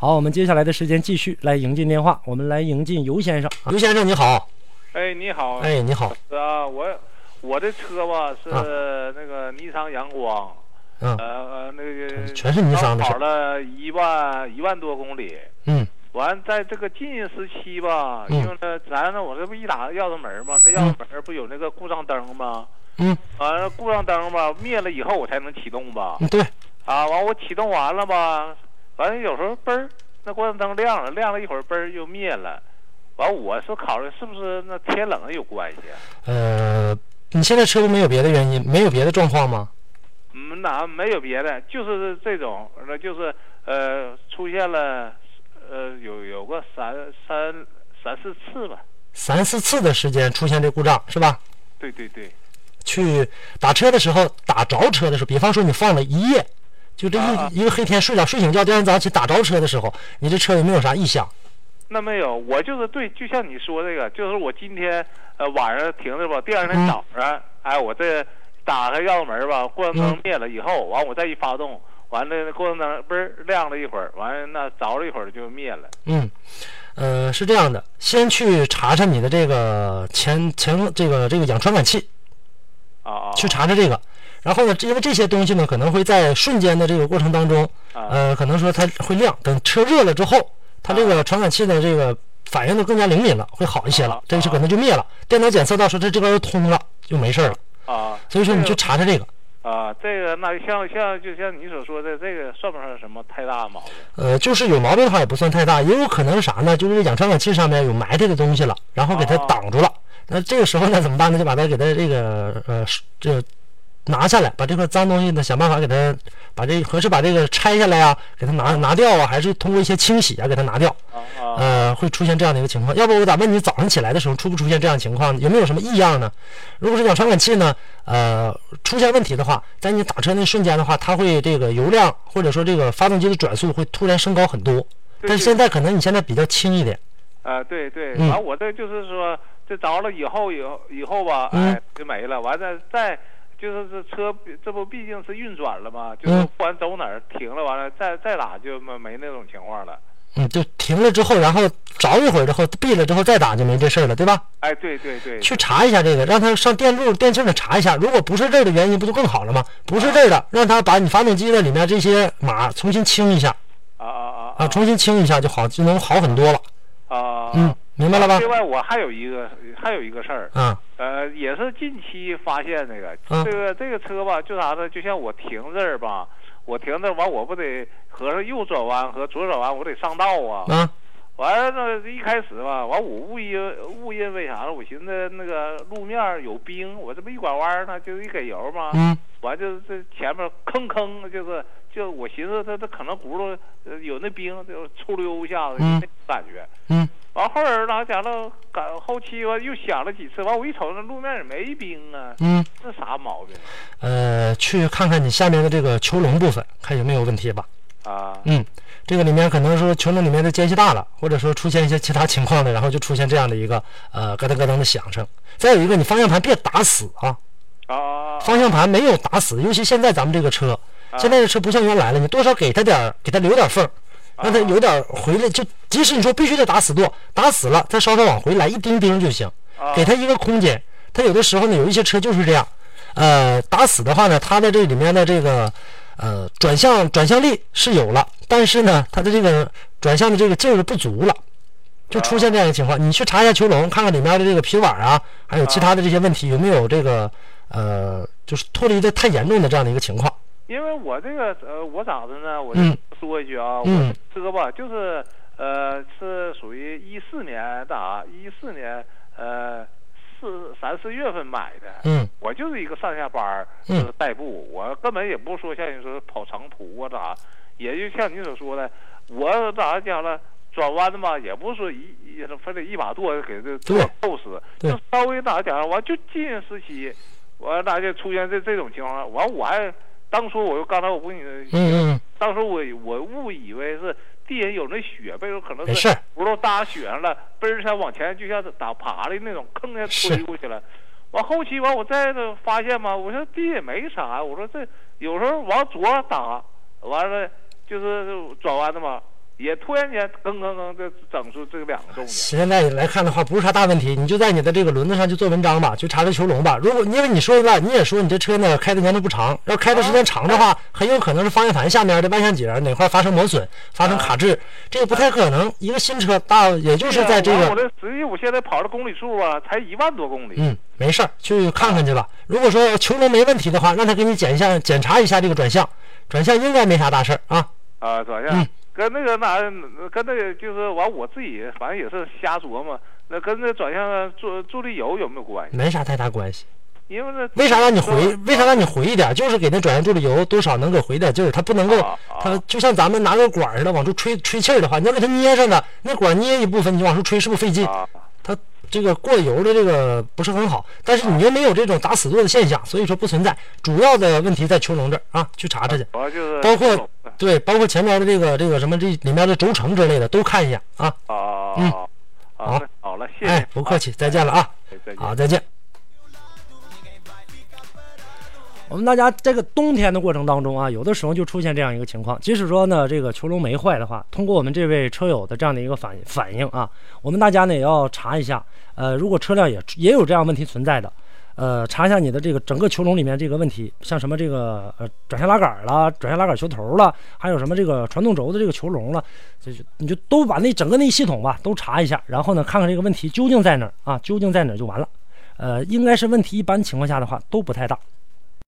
好，我们接下来的时间继续来迎进电话，我们来迎进尤先生。刘先生你好，哎，你好，哎你好，是啊，我我这车吧是啊那个尼桑阳光，嗯呃呃那个全是尼桑的刚事跑了一万一万多公里，嗯完在这个近时期吧，嗯因为呢咱这我这不一打钥匙门嘛，那钥匙门不有那个故障灯吗？嗯完了故障灯吧灭了以后我才能启动吧，嗯对，啊完我启动完了吧，完了有时候嘣儿那故障灯亮了，亮了一会儿嘣儿又灭了，完我是考虑是不是那天冷有关系啊？呃，你现在车没有别的原因，没有别的状况吗？嗯，那没有别的，就是这种，那就是呃，出现了呃，有有个三三三四次吧。三四次的时间出现这故障是吧？对对对，去打车的时候，打着车的时候，比方说你放了一夜，就这一、啊啊一个黑天睡觉睡醒觉，第二天早上起打着车的时候，你这车有没有啥异响？那没有，我就是对，就像你说这个，就是我今天呃晚上停着吧，第二嗯天早上，哎，我这打开钥匙门吧，过灯嗯灭了以后，完我再一发动，完了那过灯不是亮了一会儿，完了那着了一会儿就灭了。嗯，呃，是这样的，先去查查你的这个前前这个这个氧传感器，啊啊，去查查这个。然后呢，因为这些东西呢，可能会在瞬间的这个过程当中，啊呃，可能说它会亮。等车热了之后，它这个传感器的这个反应的更加灵敏了，会好一些了啊，这个是啊可能就灭了。电脑检测到说它这边又通了，就没事儿了。啊，所以说你去查查这个。啊，这个那像像就像你所说的，这个算不上什么太大的毛病。呃，就是有毛病的话也不算太大，也有可能是啥呢？就是氧传感器上面有埋汰的东西了，然后给它哦挡住了。那这个时候呢，怎么办呢？就把它给它这个呃这个拿下来，把这块脏东西呢想办法给它把这合适把这个拆下来啊，给它拿拿掉啊，还是通过一些清洗啊给它拿掉。啊啊呃，会出现这样的一个情况。要不我咋问你早上起来的时候出不出现这样情况？有没有什么异样呢？如果是氧传感器呢，呃，出现问题的话，在你打车那瞬间的话，它会这个油量或者说这个发动机的转速会突然升高很多。对但是现在可能你现在比较轻一点，啊，对对，嗯完、我这就是说，这着了以后以后以后吧，嗯哎，就没了。完了再就是这车这不毕竟是运转了嘛，就是嗯不管走哪儿停了，完了再再打就没没那种情况了。嗯，就停了之后，然后着一会儿之后闭了之后再打就没这事儿了，对吧？哎，对对对，去查一下这个，让他上电路电器那查一下，如果不是这儿的原因，不就更好了吗？不是这儿的，让他把你发动机的里面这些码重新清一下啊啊啊，重新清一下就好，就能好很多了。啊啊！嗯，明白了吧另？外，我还有一个还有一个事儿，啊，呃，也是近期发现这个，嗯这个这个车吧，就啥呢？就像我停这儿吧，我停这儿完，我不得合着右转弯和左转弯，我得上道啊。啊，完了，那一开始吧，完我误因误因为啥了？我寻思那个路面儿有冰，我这不一拐弯儿呢，就是一给油嘛。嗯，完就是这前面吭吭，就是就我寻思它它可能轱辘呃有那冰，就出溜一下子，就嗯那种感觉。嗯，完后儿那家了，赶后期我又想了几次，完我一瞅那路面也没冰啊，嗯，这啥毛病呃，去看看你下面的这个球笼部分，看有没有问题吧。啊？嗯，这个里面可能说球笼里面的间隙大了，或者说出现一些其他情况的，然后就出现这样的一个呃咯噔咯噔的响声。再有一个，你方向盘别打死啊，啊啊方向盘没有打死，尤其现在咱们这个车，现在的车不像原来了，你多少给它点儿，给它留点缝儿，让它有点儿回来。就即使你说必须得打死舵，打死了再稍稍往回来一丁丁就行，啊给它一个空间。它有的时候呢，有一些车就是这样，呃，打死的话呢，它的这里面的这个呃转向转向力是有了，但是呢，它的这个转向的这个劲儿是不足了。就出现这样的情况，你去查一下球笼，看看里面的这个皮碗啊，还有其他的这些问题有没有这个呃，就是脱离的太严重的这样的一个情况。因为我这个呃，我咋的呢？我嗯就说一句啊，嗯我车吧，就是呃，是属于一四年的啊，一四年呃四三四月份买的。嗯我就是一个上下班儿，就嗯是代步，我根本也不是说像你说跑长途啊咋，也就像你所说的，我咋讲了，转弯的嘛，也不是说一一非得一把舵给这对揍死，对就稍微咋讲，完就近时期，完大家出现这这种情况，完我还当初我就刚才我不跟你，嗯嗯当时我我误以为是地下有那雪，被有可能没是事儿轱辘搭雪上了，嘣儿一下往前就像打爬的那种，吭一下推是过去了。完后期完我再这发现嘛，我说地也没啥呀，我说这有时候往左打，完了就是转弯的嘛，也突然间吭吭吭的整出这两个动静。现在来看的话，不是啥大问题，你就在你的这个轮子上去做文章吧，去查查囚笼吧。如果因为你说了，你也说你这车呢开的年头不长，要开的时间长的啊话，很有可能是方向盘下面的万向节哪块发生磨损，发生卡啊滞，这个不太可能。一个新车大，也就是在这对呀啊我个，这实际我现在跑的公里数啊，才一万多公里。嗯，没事儿，去看看去吧。如果说囚笼没问题的话，让他给你检一下，检查一下这个转向，转向应该没啥大事儿啊。啊，转向、嗯跟那个哪，跟那个就是完，我自己反正也是瞎琢磨，那跟那转向啊助助力油有没有关系？没啥太大关系。因为那为啥让你回？为啥让你回一点？就是给那转向助力油多少能给回点劲儿，它不能够啊，啊它就像咱们拿个管儿似的往出吹吹气儿的话，你要给它捏上呢，那管儿捏一部分，你往出吹是不是费劲？啊？它这个过油的这个不是很好，但是你又没有这种打死舵的现象，所以说不存在。主要的问题在球笼这儿啊，去查查去。主要就是包括对，包括前面的这个这个什么这里面的轴承之类的都看一眼啊。啊，嗯啊好那好了，谢谢，哎，不客气，再见了啊，啊，再见。好，再见。我们大家这个冬天的过程当中啊，有的时候就出现这样一个情况，即使说呢这个球笼没坏的话，通过我们这位车友的这样的一个反反应啊，我们大家呢也要查一下，呃，如果车辆也也有这样问题存在的，呃，查一下你的这个整个球笼里面这个问题，像什么这个呃转向拉杆啦、转向拉杆球头啦，还有什么这个传动轴的这个球笼了，这就你就都把那整个那一系统吧都查一下，然后呢看看这个问题究竟在哪儿啊，究竟在哪儿就完了，呃，应该是问题一般情况下的话都不太大。